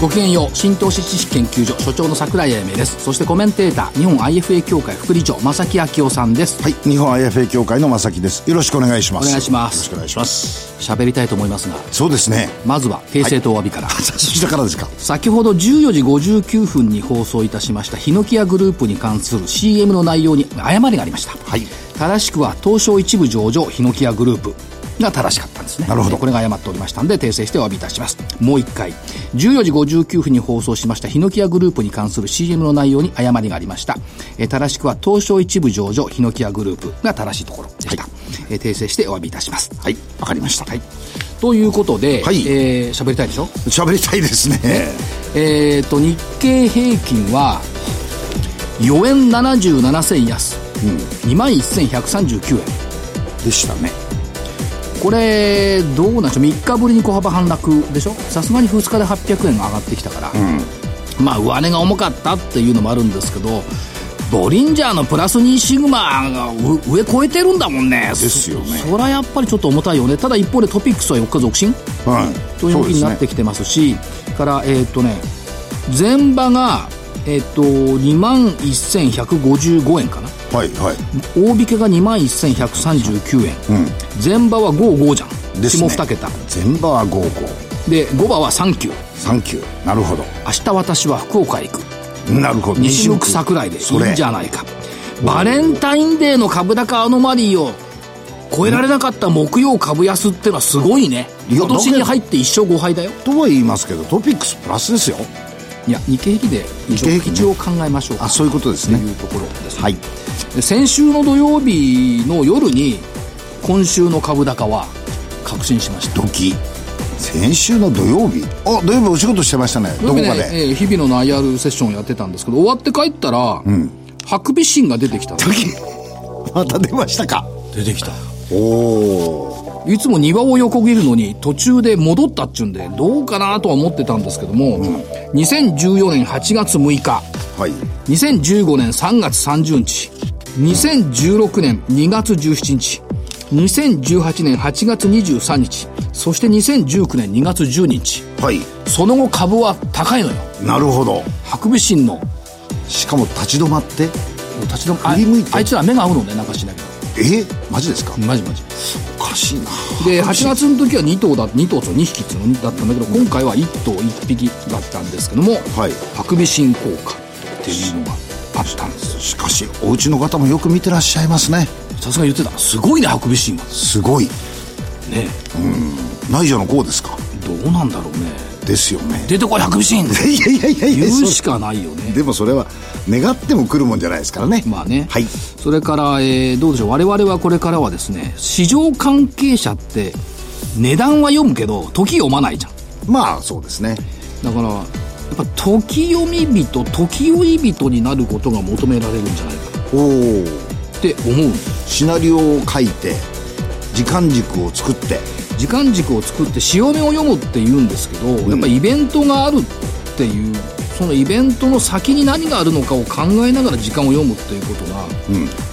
ごきげんよう新投資知識研究所所長の桜井英明ですそしてコメンテーター日本 IFA 協会副理事長正木昭夫さんですはい、日本 IFA 協会の正木です。よろしくお願いしまおす。願いしますよろしくお願いします。喋りたいと思いますがそうですね。まずは平成とお詫びから、下からですか。先ほど14時59分に放送いたしましたヒノキ屋グループに関する CM の内容に誤りがありました、はい正しくは東証一部上場ヒノキ屋グループが正しかったんですねなるほどこれが誤っておりましたんで訂正してお詫びいたしますもう一回14時59分に放送しましたヒノキ屋グループに関する CM の内容に誤りがありましたえー正しくは東証一部上場ヒノキ屋グループが正しいところでした、えー訂正してお詫びいたしますはい、わかりました。はいということで、はいえー喋りたいでしょ喋りたいですね。えー、と日経平均は4円77銭安、2万1139円でしたね。これどうなんでしょう3日ぶりに小幅反落でしょさすがに2日で800円が上がってきたから、まあ上値が重かったっていうのもあるんですけどボリンジャーのプラス2シグマがう上超えてるんだもんねですよねそそりゃやっぱりちょっと重たいよねただ一方でトピックスは4日続伸はい。という動きになっそうてきてますしからえーっ、とね前場がえーっ、と2万1155円かなですね。はい、はい。大引けが2万1139円、前場は55じゃんですね。下2桁全場は五五。で5場は39サンキュー。なるほど。明日私は福岡へ行くなるほど。西向桜井でいそれいんじゃないかバレンタインデーの株高アノマリーを超えられなかった木曜株安ってのはすごいねいや今年に入って1勝5敗だよとは言いますけど、トピックスプラスですよ。いや日経平均で日経平均ね一応考えましょうかあ、そういうことですとね。いうところです、はい。で先週の土曜日の夜に今週の株高は確信しましたドキ。先週の土曜日。あ、土曜日お仕事してましたね。どこ土曜日かねで。えー日々の IR セッションやってたんですけど終わって帰ったら、ハクビシンが出てきたのドキ。また出ましたか。出てきたおお。いつも庭を横切るのに途中で戻ったっちゅうんでどうかなとは思ってたんですけども、2014年8月6日はい。 2015年3月30日2016年2月17日2018年8月23日そして2019年2月10日はい。その後株は高いのよなるほど。ハクビシンのしかも立ち止まって立ち止ま振り向いてああいつら目が合うのねなんかしなきゃえマジですかマジマジおかしいなで8月の時は2頭だ2頭と2匹っていうのだったんだけど今回は1頭1匹だったんですけども、はいハクビシン効果っていうのがあったんですしかしお家の方もよく見てらっしゃいますねさすがに言ってたすごいねハクビシンはすごいね内助の功ですかどうなんだろうねですよね出てこいハクビシン いやいやいやい言やうそうしかないよねでもそれは願っても来るもんじゃないですからねまあね、はいそれから、えーどうでしょう我々はこれからはですね市場関係者って値段は読むけど時読まないじゃんまあそうですねだからやっぱ時読み人時追い人になることが求められるんじゃないかなおおって思うシナリオを書いて時間軸を作って時間軸を作って潮目を読むって言うんですけど、やっぱりイベントがあるっていうそのイベントの先に何があるのかを考えながら時間を読むっていうことが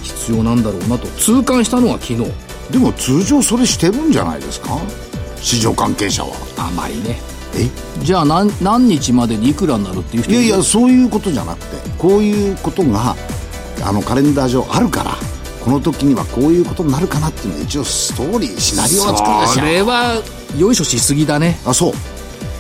必要なんだろうなと痛感したのが昨日でも通常それしてるんじゃないですか市場関係者は甘いねえじゃあ何何日までにいくらになるっていう人いやいやそういうことじゃなくてこういうことがあのカレンダー上あるからこの時にはこういうことになるかなっていうのは一応ストーリーシナリオは作そるでしれはよいしょしすぎだねょあそう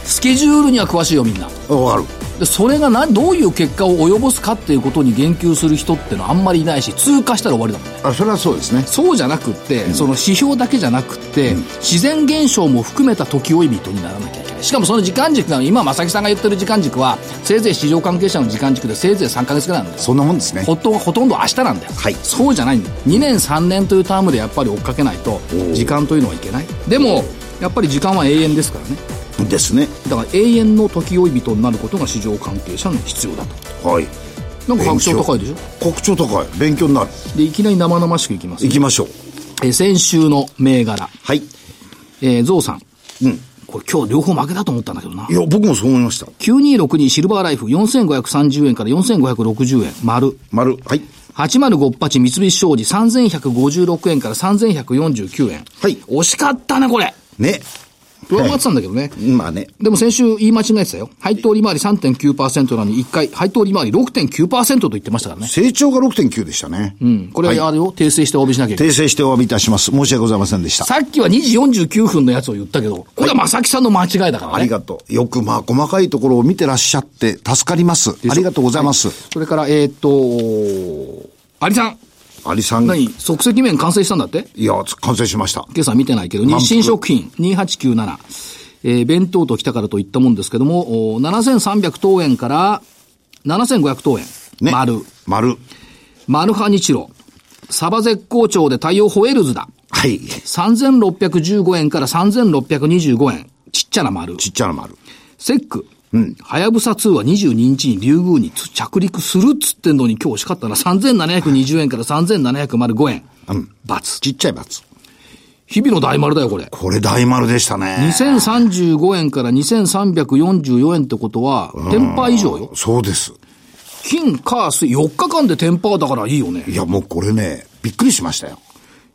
スケジュールには詳しいよみんなあわかるでそれがなどういう結果を及ぼすかっていうことに言及する人ってのはあんまりいないし通過したら終わりだもんねあそれはそうですねそうじゃなくって、その指標だけじゃなくって、自然現象も含めた時追い人にならなきゃいけないしかもその時間軸が今正木さんが言ってる時間軸はせいぜい市場関係者の時間軸でせいぜい3ヶ月ぐらいなんだよそんなもんですねほとほとんど明日なんだよ、はいそうじゃないんだよ2年3年というタームでやっぱり追っかけないと時間というのはいけないでもやっぱり時間は永遠ですからねですねだから永遠の時追い人になることが市場関係者の必要だとはいなんか確証高いでしょ国潮高い勉強になるでいきなり生々しくいきます行きましょうえー先週の銘柄、はい。えー、ゾウさん。うん。。これ今日両方負けだと思ったんだけどないや、僕もそう思いました。 9262シルバーライフ4530円から4560円、丸。丸。はい。 8058三菱商事3156円から3149円。はい惜しかったね、これ。ね。上回ってたんだけどね。まあね。でも先週言い間違えてたよ。配当利回り3.9%なのに1回、配当利回り6.9%と言ってましたからね。成長が6.9でしたね。うん。これはあれを訂正してお詫びしなきゃいけない。訂正してお詫びいたします。申し訳ございませんでした。さっきは2時49分のやつを言ったけど、これは正木さんの間違いだからありね。がとう。よく、まあ、細かいところを見てらっしゃって、助かります。ありがとうございます。それから、えーっと、アリさん。アリさん。何即席麺完成したんだっていや、つ完成しました。今朝見てないけど、満腹日清食品2897。えー弁当と来たからといったもんですけども、お7300等円から7500等円。ね。丸。。丸。マルハニチロ。サバ絶好調で太陽ホエールズだ。はい。 3615円から3625円。ちっちゃな丸。ちっちゃな丸。セック。はやぶさ2は22日にリュウグウに着陸するっつってんのに今日惜しかったな。3720円から3705円。うん。罰。ちっちゃい罰。日々の大丸だよ、これ。これ大丸でしたね。 2035円から2344円ってことは、テンパー以上よ。そうです。金、カース、4日間でテンパーだからいいよね。いや、もうこれね、びっくりしましたよ。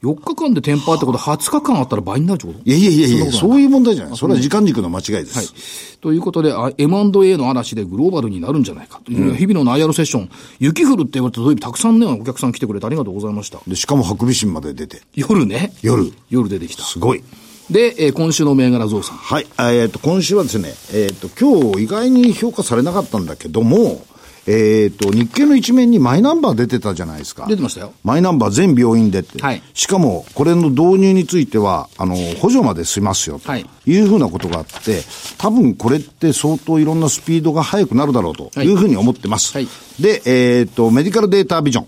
4日間でテンパーってことは20日間あったら倍になるってこといやいやいやいや、そういう問題じゃない。それは時間軸の間違いです。ということで、あ M&A の嵐でグローバルになるんじゃないかという、日々の IR セッション、雪降るって言われた時たくさんね、お客さん来てくれてありがとうございました。で、しかもハクビシンまで出て。夜ね。夜。夜出てきた。すごい。で、えー今週の銘柄ゾウさん。はい。えっ、と、今週はですね、えっ、と、今日意外に評価されなかったんだけども、えっ、と、日経の一面にマイナンバー出てたじゃないですか。出てましたよ。マイナンバー全病院でって。はいしかも、これの導入については、あの、補助まで済ますよ、とはいいうふうなことがあって、多分これって相当いろんなスピードが速くなるだろうとはいいうふうに思ってます。はいで、えっ、と、メディカルデータビジョン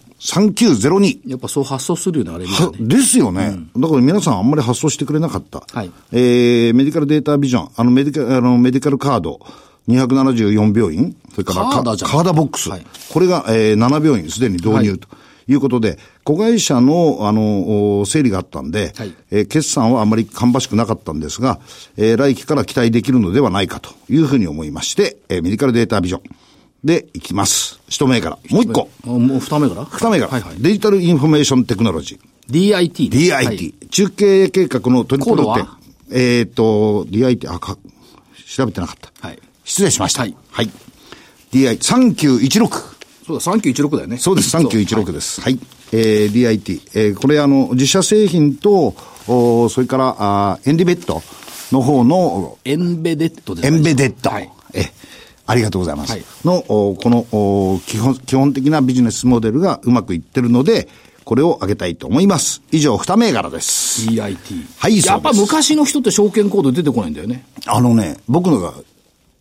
3902。やっぱそう発想するよね、あれみたいはね。ですよね、だから皆さんあんまり発送してくれなかった。はいえー、メディカルデータビジョン、あのメディカあのメディカルカード、274病院、それからカーダじゃんカーダボックス、はいこれが、えー、7病院すでに導はい入と。いうことで、子会社の、あの、お整理があったんで、はいえー決算はあまり芳しくなかったんですが、えー来期から期待できるのではないかというふうに思いまして、えーメディカルデータビジョンでいきます。一銘柄。もう一個。あもう二銘柄二銘柄、はいはい。デジタルインフォメーションテクノロジー。 DIT。 DIT、はい中継計画のトリプルコード点は。えっ、と、DIT、あ、か、調べてなかった。はい失礼しました。はい。 DI3916。そうだ、3916だよね。そうです、3916です。はい。えー、DIT。えー、これあの、自社製品と、おーそれから、あーエンリベットの方の、エンベデッドですエンベデッド。はい。え、ありがとうございます。はいの、おこのお基本、基本的なビジネスモデルがうまくいってるので、これを上げたいと思います。以上、二銘柄です。 DIT。はいやっそぱうです昔の人って証券コード出てこないんだよね。あのね、僕のが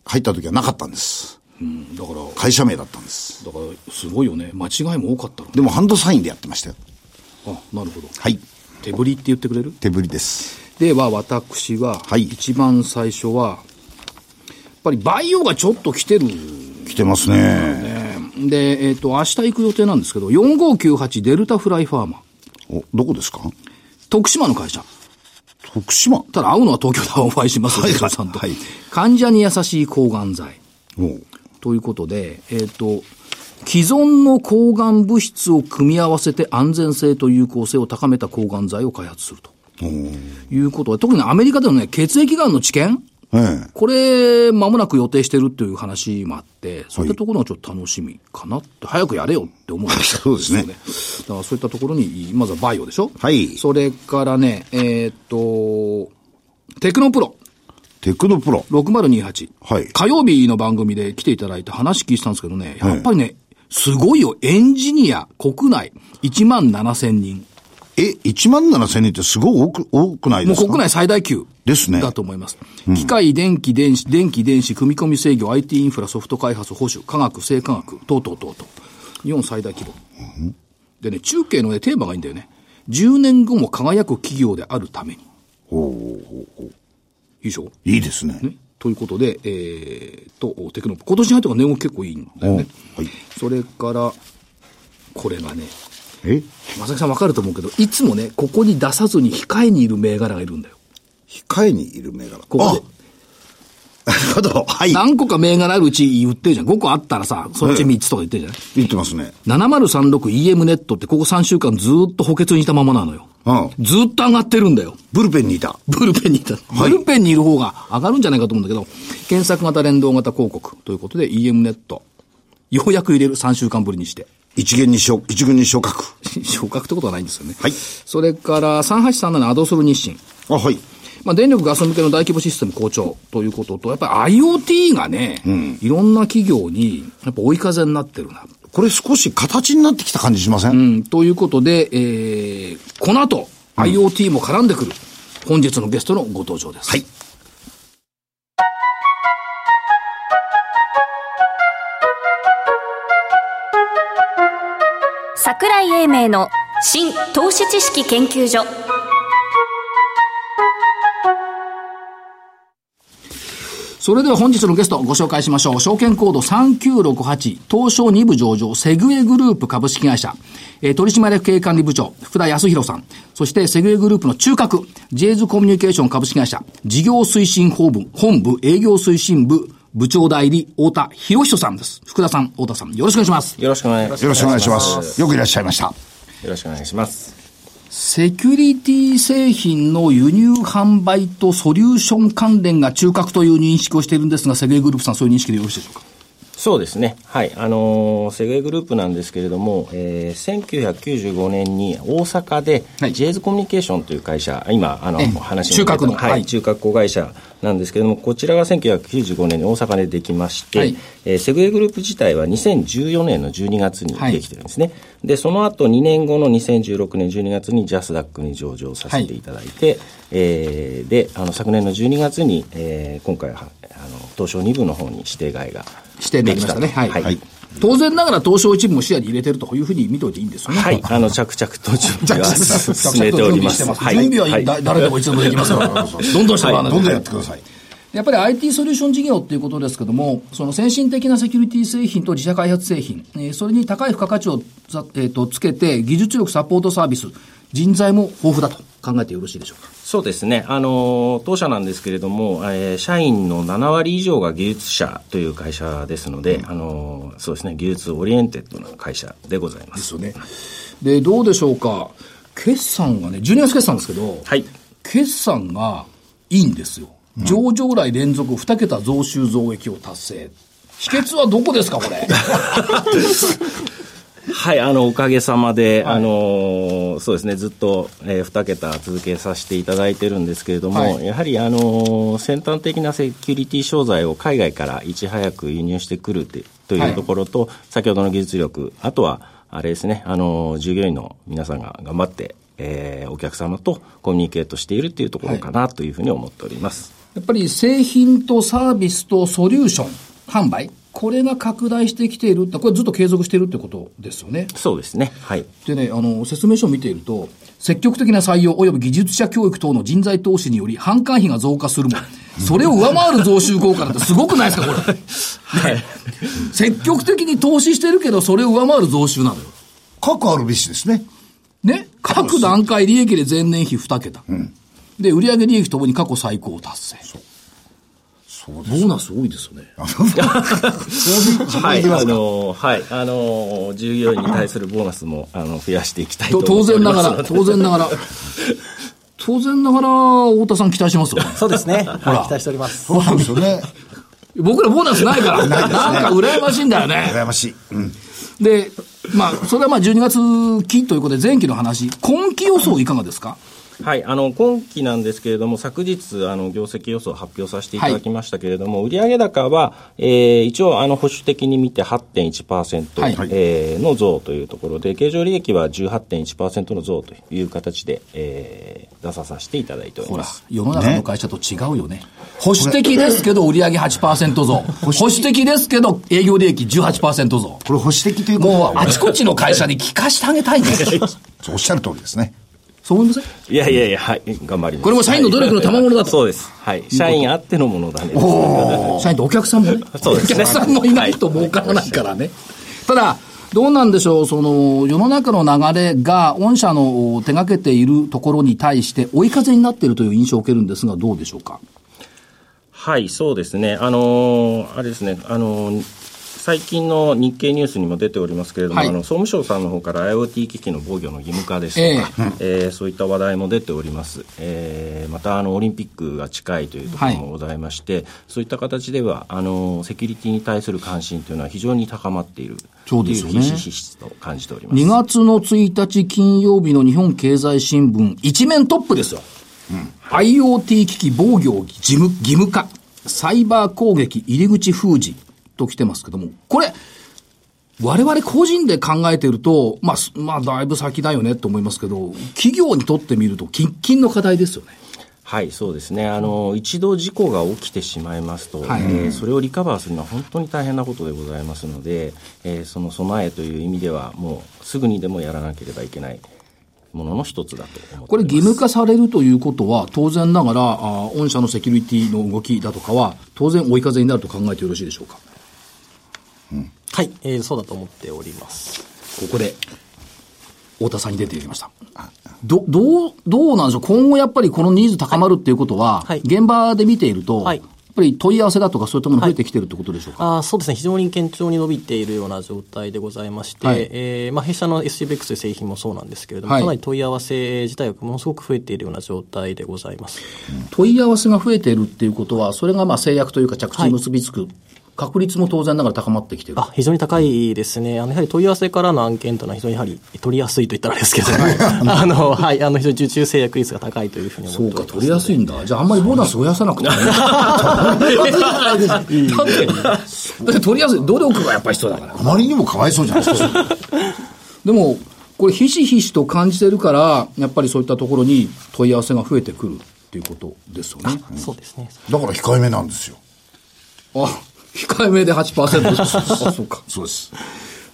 入った時はなかったんです。うん、だから、だか会社名だったんです。ら、すごいよね。間違いも多かったろうねでもハンドサインでやってましたよ。あ、なるほど。はい。手振りって言ってくれる手振りです。では、私は、はい一番最初は、やっぱりバイオがちょっと来てる。来てますね。で、えっ、と、明日行く予定なんですけど、4598デルタフライファーマ。お、どこですか徳島の会社。徳島。ただ、会うのは東京でお会いしますよ、はい社長さんと。はい患者に優しい抗がん剤。おということで、えっ、と、既存の抗がん物質を組み合わせて安全性と有効性を高めた抗がん剤を開発するとおえいうことで、特にアメリカでのね、血液がんの治験え。これ、間もなく予定してるっていう話もあって、そういったところがちょっと楽しみかなって、早くやれよって思うんですよそうですねよだからそういったところに、まずはバイオでしょはいそれからね、えーっと、テクノプロテクノプロ。 6028。はい火曜日の番組で来ていただいて話聞いてたんですけどね、はいやっぱりね、すごいよ。エンジニア、国内、1万7000人。え、1万7000人ってすごい多く、多くないもでうすか国内最大級。ですねだと思います。機械、電気、電子、電気、電子、組み込み制御、IT インフラ、ソフト開発、保守、科学、生科学、等々等々。日本最大規模。でね、中継のね、テーマがいいんだよね。10年後も輝く企業であるために。いいでしょいいですね。ね。ということで、えー、と、テクノ今年に入ってから値動き結構いいんだよね。おはいそれから、これがね、え正木さんわかると思うけど、いつもね、ここに出さずに控えにいる銘柄がいるんだよ。控えにいる銘柄。ここであなるほど。はい。何個か銘柄あるうち言ってるじゃん。5個あったらさ、そっち3つとか言ってるじゃない、言ってますね。 7036EM ネットってここ3週間ずーっと補欠にいたままなのよ。うん。ずーっと上がってるんだよ。ブルペンにいた。ブルペンにいた。ブいルペンにいる方が上がるんじゃないかと思うんだけど、検索型連動型広告ということで EM ネット。ようやく入れる3週間ぶりにして。一元に昇、一軍に昇格。昇格ってことはないんですよね。はいそれから3837アドソル日清。あ、はい。まあ、電力ガス向けの大規模システム好調ということと、やっぱり IoT がね、いろんな企業に、やっぱ追い風になってるな。これ少し形になってきた感じしません、うん、ということで、えー、この後、IoT も絡んでくる、本日のゲストのご登場です。はい。桜井英明の新投資知識研究所それでは本日のゲストご紹介しましょう。証券コード3968、東証2部上場、セグエグループ株式会社、えー取締役経営管理部長、福田康弘さん、そしてセグエグループの中核、ジェイズコミュニケーション株式会社、事業推進本部、本部営業推進部、部長代理、太田博人さんです。福田さん、太田さん、よろしくお願いします。よろしくお願いします。よろしくお願いします。よくいらっしゃいました。よろしくお願いします。セキュリティ製品の輸入販売とソリューション関連が中核という認識をしているんですが、セグエグループさん、そういう認識でよろしいでしょうか。そうですね。はい。あのーセグエグループなんですけれども、えー、1995年に大阪で、はいジェイズコミュニケーションという会社、今、あの、ええお話に中核のはい、はい中核子会社なんですけれども、こちらが1995年に大阪でできまして、はいえーセグエグループ自体は2014年の12月にできてるんですね。で、その後2年後の2016年12月にジャスダックに上場させていただいて、えーで、あの、昨年の12月に、えー今回は、あの、東証2部の方に指定外がしてできましたね。できはい。とはい。当然ながら東証一部も視野に入れてるというふうに見ておいていいんですよね。はい、あの着々と準備は進めております。準備ははいだ誰でもいつでもできますから、どんどんしてもらわないどとんどんやってください。やっぱり IT ソリューション事業っていうことですけども、その先進的なセキュリティ製品と自社開発製品、えーそれに高い付加価値をさ、えー、とつけて、技術力サポートサービス、人材も豊富だと考えてよろしいでしょうか。そうですね、あの当社なんですけれども、えー社員の7割以上が技術者という会社ですので、あのそうですね、技術オリエンテッドな会社でございます。ね。で、どうでしょうか。決算がね、12月決算ですけど、はい決算がいいんですよ。上場来連続2桁増収増益を達成。秘訣はどこですか、 これ。はい、あの、おかげさまで、あの、そうですね、ずっと、えー、2桁続けさせていただいてるんですけれども、はいやはり、あの、先端的なセキュリティ商材を海外からいち早く輸入してくるってとはいいうところと、先ほどの技術力、あとは、あれですね、あの、従業員の皆さんが頑張って、えーお客様とコミュニケートしているっていうところかなというふうに思っております。やっぱり製品とサービスとソリューション、販売、これが拡大してきているって、これずっと継続しているってことですよね。そうですね、はい。でね、あの、説明書を見ていると、積極的な採用及び技術者教育等の人材投資により、販管費が増加する も、それを上回る増収効果なんてすごくないですか、これ。はい。積極的に投資してるけど、それを上回る増収なのよ。各あるべしですね。ね。各段階利益で前年比2桁。で、売上利益ともに過去最高を達成。そうボーナス多いですよね。はい、きまあすかの、はい、あの、従業員に対するボーナスも、あの、増やしていきたいとと思当ってお然りなますがら、 当然ながら、当然ながら、太田さん期待して ますよ。そうですね。はい、期待しております。そうなんですよね。僕らボーナスないから、 なんか羨ましいんだよ ね。羨ましい。うん。で、まあ、それはまあ12月期ということで、前期の話、今期予想いかがですかはい、あの今期なんですけれども、昨日、あの業績予想を発表させていただきましたけれども、売上高は、えー一応、あの保守的に見て8.1%、はいえーの増というところで、経常利益は18.1%の増という形で、えー出ささせていただいておりほまらす。、世の中の会社と違うよね。保守的ですけど、売上8%増。保守的ですけど、営業利益18%増。これ保守的ということもう、は、あちこちの会社に聞かしてあげたいんですよ。そうおっしゃる通りですね。そう思いませんいやいやいや、はい、頑張ります。これも社員の努力の賜物だとはいそうです。はい、社員あってのものだね。社員とお客さんもね、そうおですね客さんもいないと儲からないからね。ただ、どうなんでしょう、その、世の中の流れが、御社の手掛けているところに対して、追い風になっているという印象を受けるんですが、どうでしょうか。はい、そうですね。あのー、あれですね、あのー最近の日経ニュースにも出ておりますけれども、はい、あの総務省さんの方から IoT 機器の防御の義務化ですとか、えー、えー、そういった話題も出ております、えー、またあのオリンピックが近いというところもございまして、はい、そういった形ではあの、セキュリティに対する関心というのは非常に高まっているという、ね、ひしひしと感じております2月の1日金曜日の日本経済新聞、一面トップですよ、うんはい、IoT 機器防御義務義務化、サイバー攻撃入り口封じ。と来てますけども、これ、我々個人で考えてると、まあ、まあ、だいぶ先だよねと思いますけど、企業にとってみると、喫緊の課題ですよね。はい、そうですね。あの、一度事故が起きてしまいますと、はい、えー、それをリカバーするのは本当に大変なことでございますので、えー、その備えという意味では、もうすぐにでもやらなければいけない。ものの一つだとこれ、義務化されるということは、当然ながらあ、御社のセキュリティの動きだとかは、当然追い風になると考えてよろしいでしょうか。うん、はい、えー、そうだと思っております。ここで、太田さんに出ていきました。ど、どう、どうなんでしょう今後やっぱりこのニーズ高まるっていうことは、はい、現場で見ていると、はい、やっぱり問い合わせだとかそういったもの増えてきてるってことでしょうか、はい、あそうですね。非常に堅調に伸びているような状態でございまして、はい、えー、まあ、弊社の SGBX という製品もそうなんですけれども、はい、かなり問い合わせ自体はものすごく増えているような状態でございます。問い合わせが増えているっていうことは、それがまあ制約というか着地に結びつく確率も当然ながら高まってきてるあ非常に高いですね、あのやはり問い合わせからの案件というのは、非常にやはり取りやすいと言ったらですけど、 あのはい、あの非常に受注制約率が高いというふうにそうか、取りやすいんだ、じゃあ、あんまりボーナス増やさなくても、ね、 だって、だって取りやすい、努力がやっぱり必要だから。あまりにもかわいそうじゃないですか、でも、これ、ひしひしと感じてるから、やっぱりそういったところに問い合わせが増えてくるっていうことですよね。うん、そうですねだから控えめなんですよ。あ控えめで8%です。 あ、そうか。そうです。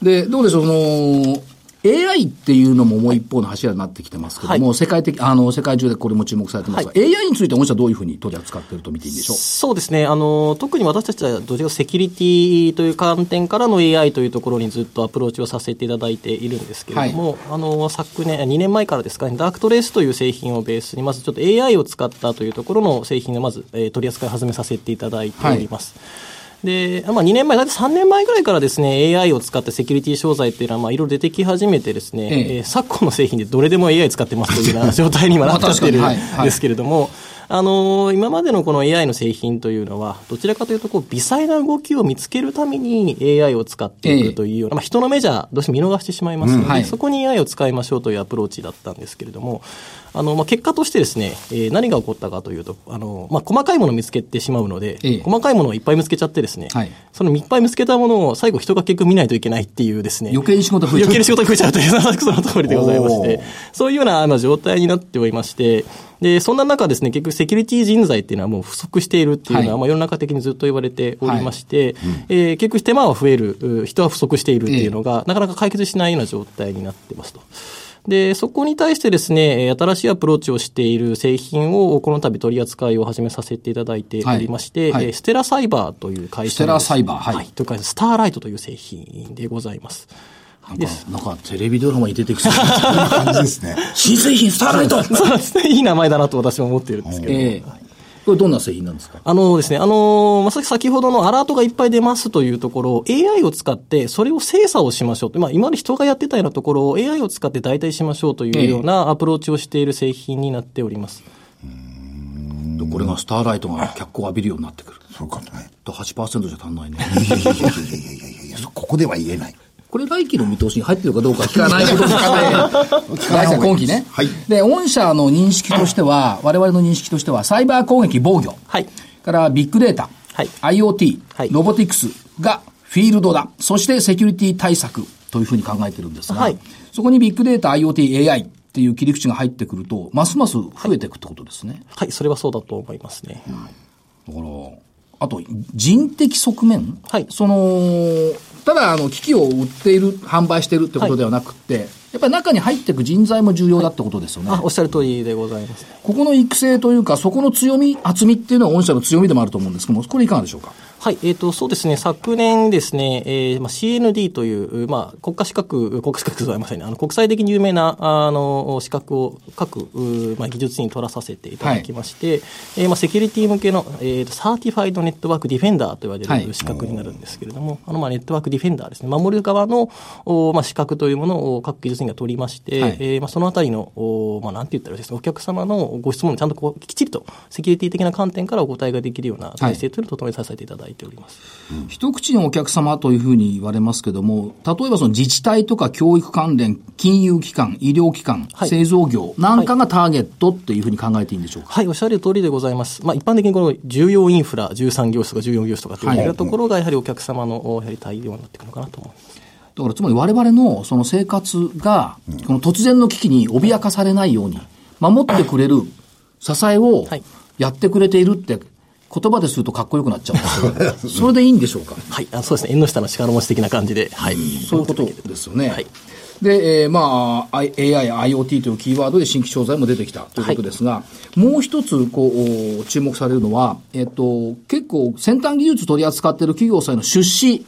で、どうでしょう、その、AI っていうのももう一方の柱になってきてますけども、はい、世界的、あの、世界中でこれも注目されてますが、はい、AI について御社どういうふうに取り扱っていると見ていいんでしょうそうですね。あの、特に私たちはどちらかセキュリティという観点からの AI というところにずっとアプローチをさせていただいているんですけれども、はい、あの、昨年、2年前からですかね、ダークトレースという製品をベースに、まずちょっと AI を使ったというところの製品をまず、えー、取り扱いを始めさせていただいております。で、まあ、2年前、大体3年前ぐらいからですね、AI を使ったセキュリティ商材っていうのは、まあ、いろいろ出てき始めてですね、えええー、昨今の製品でどれでも AI 使ってますというような状態に今なっちゃってるんですけれども、あのー、今までのこの AI の製品というのは、どちらかというと、こう、微細な動きを見つけるために AI を使っていくというような、ええ、まあ、人の目じゃどうしても見逃してしまいますので、うんはい、そこに AI を使いましょうというアプローチだったんですけれども、あの、まあ、結果としてですね、えー、何が起こったかというと、あの、まあ、細かいものを見つけてしまうので、え、細かいものをいっぱい見つけちゃってですね、はい、そのいっぱい見つけたものを最後人が結局見ないといけないっていうですね、余計に仕事増えちゃう。余計に仕事増えちゃうという、その通りでございまして、 そういうような、まあ、状態になっておりまして、で、そんな中ですね、結局セキュリティ人材っていうのはもう不足しているっていうのは、まあ世の中的にずっと言われておりまして、はいはい、えー、結局手間は増える、人は不足しているっていうのが、なかなか解決しないような状態になってますと。で、そこに対してですね、新しいアプローチをしている製品をこの度取り扱いを始めさせていただいておりまして、はいはい、ステラサイバーという会社、。ステラサイバー、はい、はいという会社、スターライトという製品でございます。 なんか、んかテレビドラマに出てきそうな感じですね。 新製品、スターライ トそうですね。いい名前だなと私も思っているんですけど。えーこれどんな製品なんですかあのですね、あのー、まさき先ほどのアラートがいっぱい出ますというところを AI を使ってそれを精査をしましょうと、まあ今まで人がやってたようなところを AI を使って代替しましょうというようなアプローチをしている製品になっております。えー、これがスターライトが脚光を浴びるようになってくる。そうかね。と8%じゃ足んないね。いやいやいやいやいやいや、ここでは言えない。これ来期の見通しに入ってるかどうか聞かないことに して、来期今期ね。はい。で、御社の認識としては、我々の認識としては、サイバー攻撃防御。はい。からビッグデータ。はい。IoT。はい。ロボティクスがフィールドだ。そしてセキュリティ対策というふうに考えてるんですが、はい。そこにビッグデータ、IoT、AI っていう切り口が入ってくると、ますます増えていくってことですね。はい、はい、それはそうだと思いますね。うん、だから、あと、人的側面。はい。その、ただあの機器を売っている、販売しているってことではなくて、はい、やっぱり中に入っていく人材も重要だってことですよね。おっしゃる通りでございます。ここの育成というか、そこの強み、厚みっていうのは、御社の強みでもあると思うんですけども、これ、いかがでしょうか。はい、えっ、ー、と、そうですね、昨年ですね、えー、まあ、CND という、まあ、国家資格、国家資格じゃありませんね、あの、国際的に有名な、あの、資格を各、まあ、技術に取らさせていただきまして、はい、えー、まあ、セキュリティ向けの、えっ、と、サーティファイドネットワークディフェンダーと言われる資格になるんですけれども、はい、あの、まあ、ネットワークディフェンダーですね、守る側の、おまあ、資格というものを各技術員が取りまして、はい、えー、まあ、そのあたりの、おまあ、なんて言ったらですね、お客様のご質問にちゃんとこう、きっちりと、セキュリティ的な観点からお答えができるような体制というのを整えさせていただいて、はいいております、うん、一口にお客様というふうに言われますけども、例えばその自治体とか教育関連、金融機関、医療機関、はい、製造業なんかがターゲットっていうふうに考えていいんでしょうか、はい、はい、おっしゃる通りでございます、まあ、一般的にこの重要インフラ、13業種とか14業種とかというところが、やはりお客様のやはり対応になっていくのかなと思います。だからつまり我々のその生活が、この突然の危機に脅かされないように、守ってくれる支えをやってくれているって、はい言葉でするとかっこよくなっちゃうんですけど、 それでいいんでしょうか。はい、あそうですね、縁の下の力持ち的な感じで、はい、そういうことですよね。はい、で、えー、まあ、AI、IoT というキーワードで新規商材も出てきたということですが、はい、もう一つ、こう、注目されるのは、えっ、と、結構、先端技術取り扱っている企業さんへの出資、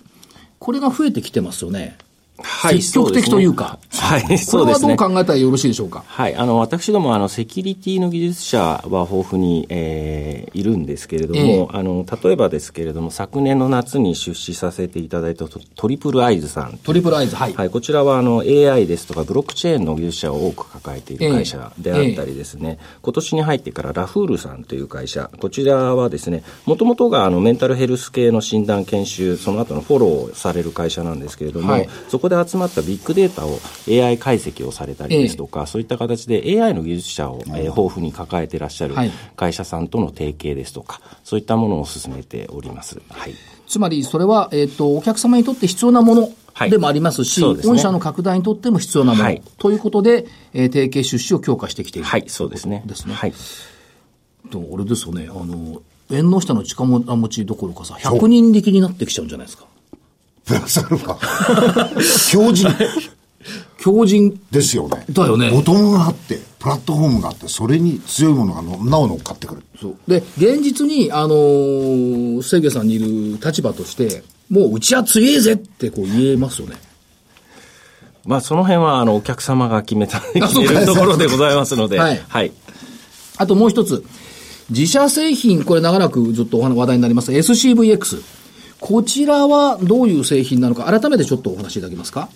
これが増えてきてますよね。はい、積極的というか、はい、そうですね。これはどう考えたらよろしいでしょうか。はい、あの、私ども、あの、セキュリティの技術者は豊富に、えー、いるんですけれども、えー、あの、例えばですけれども、昨年の夏に出資させていただいたトリプルアイズさん。。トリプルアイズ、はいはい、こちらは、あの、AI ですとか、ブロックチェーンの技術者を多く抱えている会社であったりですね、えーえー、今年に入ってからラフールさんという会社、こちらはですね、もともとが、あの、メンタルヘルス系の診断研修、その後のフォローされる会社なんですけれども、はい、そこで集まったビッグデータを AI 解析をされたりですとか、ええ、そういった形で AI の技術者を、えー、豊富に抱えていらっしゃる会社さんとの提携ですとか、そういったものを進めております。はい、つまり、それは、えっ、ー、と、お客様にとって必要なものでもありますし、はいすね、御社の拡大にとっても必要なもの、はい、ということで、えー、提携出資を強化してきている、はい、そうですね。ですね。はい。と、あれですよね、あの、縁の下の力持ちどころかさ、100人力になってきちゃうんじゃないですか。プラスアルファ。強靭。強靭。ですよね。だよね。ボトムがあって、プラットフォームがあって、それに強いものがのなお乗っかってくる。そう。で、現実に、あのー、制さんにいる立場として、もううちは強えぜってこう言えますよね。まあ、その辺は、あの、お客様が決めた、決めるところでございますので、はい。はい。あともう一つ。自社製品、これ長らくずっと話題になります。SCVX。こちらはどういう製品なのか、改めてちょっとお話しいただけますか。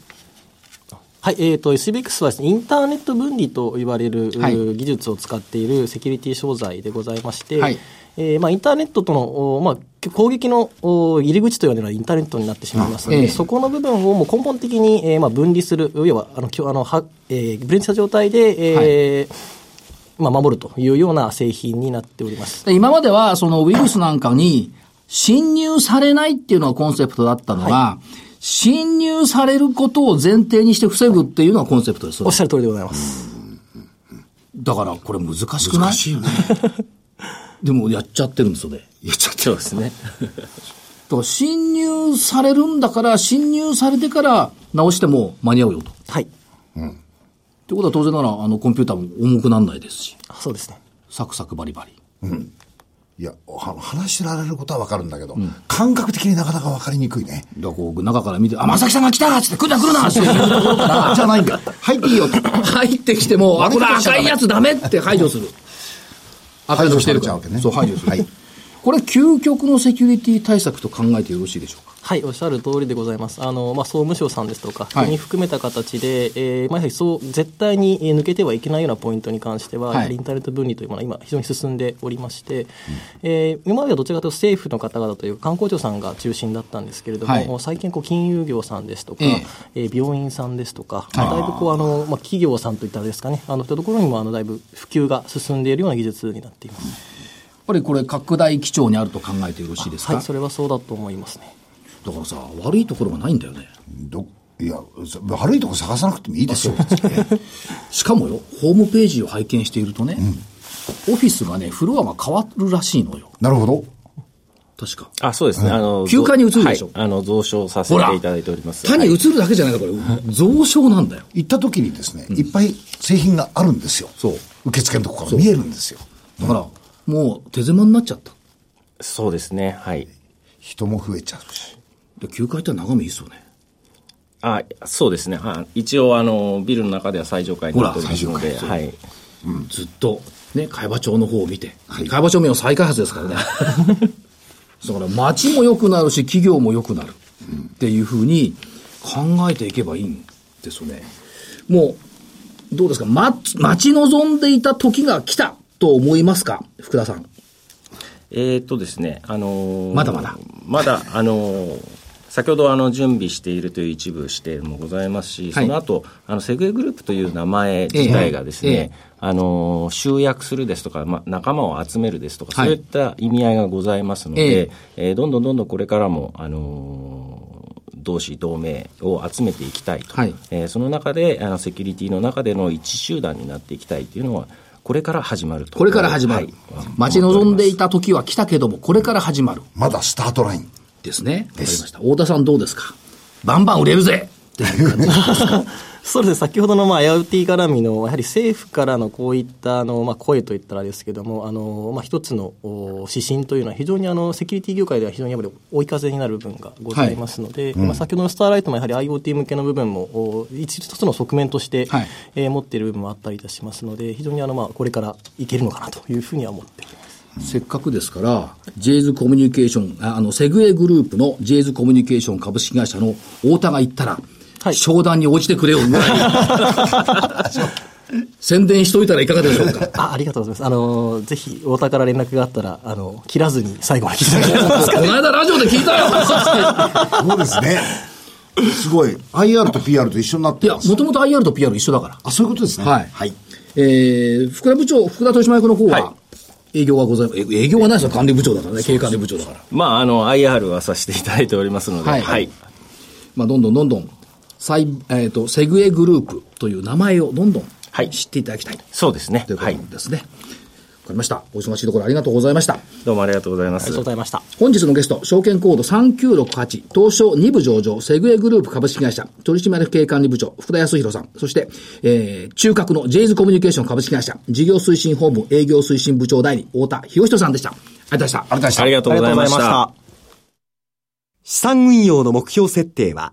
はい、えっ、ー、と、SBX は、ね、インターネット分離と言われる、はい、技術を使っているセキュリティ商材でございまして、はい、えー、まあ、インターネットとの、まあ、攻撃の入り口というのはインターネットになってしまいますので、ええ、そこの部分をもう根本的に、えーまあ、分離する、要は、あの、あのはえー、分離した状態で、えー、はいまあ、守るというような製品になっております。今までは、そのウイルスなんかに、侵入されないっていうのがコンセプトだったのが、はい、侵入されることを前提にして防ぐっていうのがコンセプトです。おっしゃる通りでございます。だからこれ難しくない難しいよね。でもやっちゃってるんですよね。やっちゃってるですね。と侵入されるんだから、侵入されてから直しても間に合うよと。はい。うん。ってことは当然なら、あの、コンピューターも重くならないですし。そうですね。サクサクバリバリ。うん。いや、話しられることはわかるんだけど、うん、感覚的になかなかわかりにくいね。だこう、中から見て、あ、まさきさんが来たっつって、来るな来るな って言うところから、じゃないんだ。入っていいよ入ってきても、あ、これ赤いやつダメって排除する。排除してるちゃうわけね。そう、排除する。はい。これ、究極のセキュリティ対策と考えてよろしいでしょうかはい、おっしゃる通りでございます。あの、まあ、総務省さんですとか、国、はい、含めた形で、えー、まあ、やはりそう、絶対に抜けてはいけないようなポイントに関しては、はい、インターネット分離というものは今、非常に進んでおりまして、うん、えー、今まではどちらかというと政府の方々という観光庁さんが中心だったんですけれども、はい、最近こう、金融業さんですとか、えー、病院さんですとか、だいぶこう、あの、まあ、企業さんといったらですかね、あの、というところにも、あの、だいぶ普及が進んでいるような技術になっています。やっぱりこれ、拡大基調にあると考えてよろしいですかはい、それはそうだと思いますね。だからさ、悪いところがないんだよね。どいや、悪いところ探さなくてもいいですよ。しかもよ、ホームページを拝見しているとね、うん、オフィスがね、フロアが変わるらしいのよ。 なるほど。確か。あ、そうですね。うん、あの、休暇に移るでしょ、はい、あの、増床させていただいております。単に移るだけじゃないか、これ。増床なんだよ。行った時にですね、うん、いっぱい製品があるんですよ。そう。受付のとこから見えるんですよ。だから、もう手狭になっちゃった。そうですね、はい。人も増えちゃうし。で9階って眺めいいっすよね。あそうですね、は一応あの、ビルの中では最上階になっておりますので、はい、ずっと、ね、海馬町の方を見て、海馬町名を再開発です からね。だから街も良くなるし、企業も良くなるっていうふうに考えていけばいいんですよね。もう、どうですか、ま、待ち望んでいた時が来たと思いますか、福田さん。えー、っとですね、あのーまだまだ。まだ、あのー先ほどあの準備しているという一部指定もございますし、はいその後あのセグウェイグループという名前自体がですね、ええええあの集約するですとか、ま、仲間を集めるですとか、はいそういった意味合いがございますのえで、ええーどんどんどんどんこれからも、あの同志同盟を集めていきたいと、はいえーその中であのセキュリティの中での一集団になっていきたいというのはこれから始まるとこれから始まる。待ち望んでいた時は来たけども、これから始まる。まだスタートライン。ですね。わかりました。太田さんどうですかバンバン売れるぜっていう感じそうですね先ほどのまあ IoT 絡みのやはり政府からのこういったあのまあ声といったらですけどもあのまあ一つのお指針というのは非常にあのセキュリティ業界では非常にやっぱり追い風になる部分がございますので、まあ先ほどのスターライトもやはり IoT 向けの部分もお一つの側面として、はいえー持っている部分もあったりいたしますので非常にあのまあこれからいけるのかなというふうには思っています。せっかくですから、ジェイズコミュニケーション、ああの、セグウェイグループのジェイズコミュニケーション株式会社の太田が言ったら、はい商談に応じてくれよぐらい宣伝しといたらいかがでしょうかあありがとうございます。あのぜひ太田から連絡があったらあの切らずに最後まで聞いてくだ さい。この間ラジオで聞いたよそうですね。 すごい。IR と PR と一緒になっいてや、ます。もともと IR と PR 一緒だから。あ、そういうことですね。はい。はい。えー、福田部長、福田豊島役の方は、営業がございます。え営業はないですよ、管理部長だからね、経営管理部長だから。まあ、あの IR はさせていただいておりますので、はいはい、まあ、どんどんどんどん、サイえー、とセグエグループという名前をどんどんはい知っていただきたいそうですねというこはとい、ですね。わ、かりました。お忙しいところありがとうございました。どうもありがとうございまありすがとうございました。本日のゲスト、証券コード3968、東証2部上場、セグエグループ株式会社、取締役経営管理部長、福田康弘さん、そして、えー、中核のジェイズコミュニケーション株式会社、事業推進本部営業推進部長代理、太田博人さんでした。ありがとうございました。ありがとうございましたありがとうございました。資産運用の目標設定は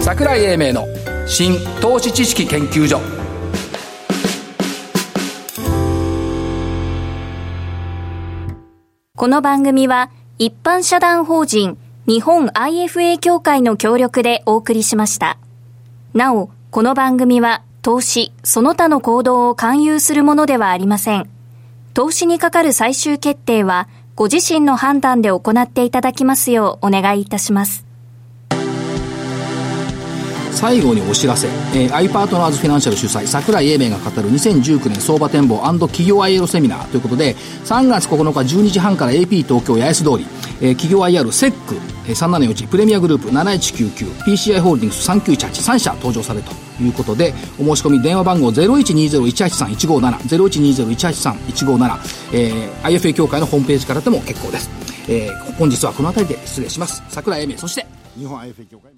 桜井英明の新投資知識研究所この番組は一般社団法人日本 IFA 協会の協力でお送りしました。なお、この番組は投資、その他の行動を勧誘するものではありません。投資にかかる最終決定はご自身の判断で行っていただきますようお願いいたします。最後にお知らせ、えー、i パートナーズフィナンシャル主催桜井英明が語る2019年相場展望企業 IR セミナーということで3月9日12時半から AP 東京八重洲通り、えー企業 IR セック、えー、371プレミアグループ 7199PCI ホールディングス3983社登場されるということでお申し込み電話番号0120-183-157 0120-183-157、えー、IFA 協会のホームページからでも結構です、えー本日はこの辺りで失礼します桜井英明そして日本 IFA 協会。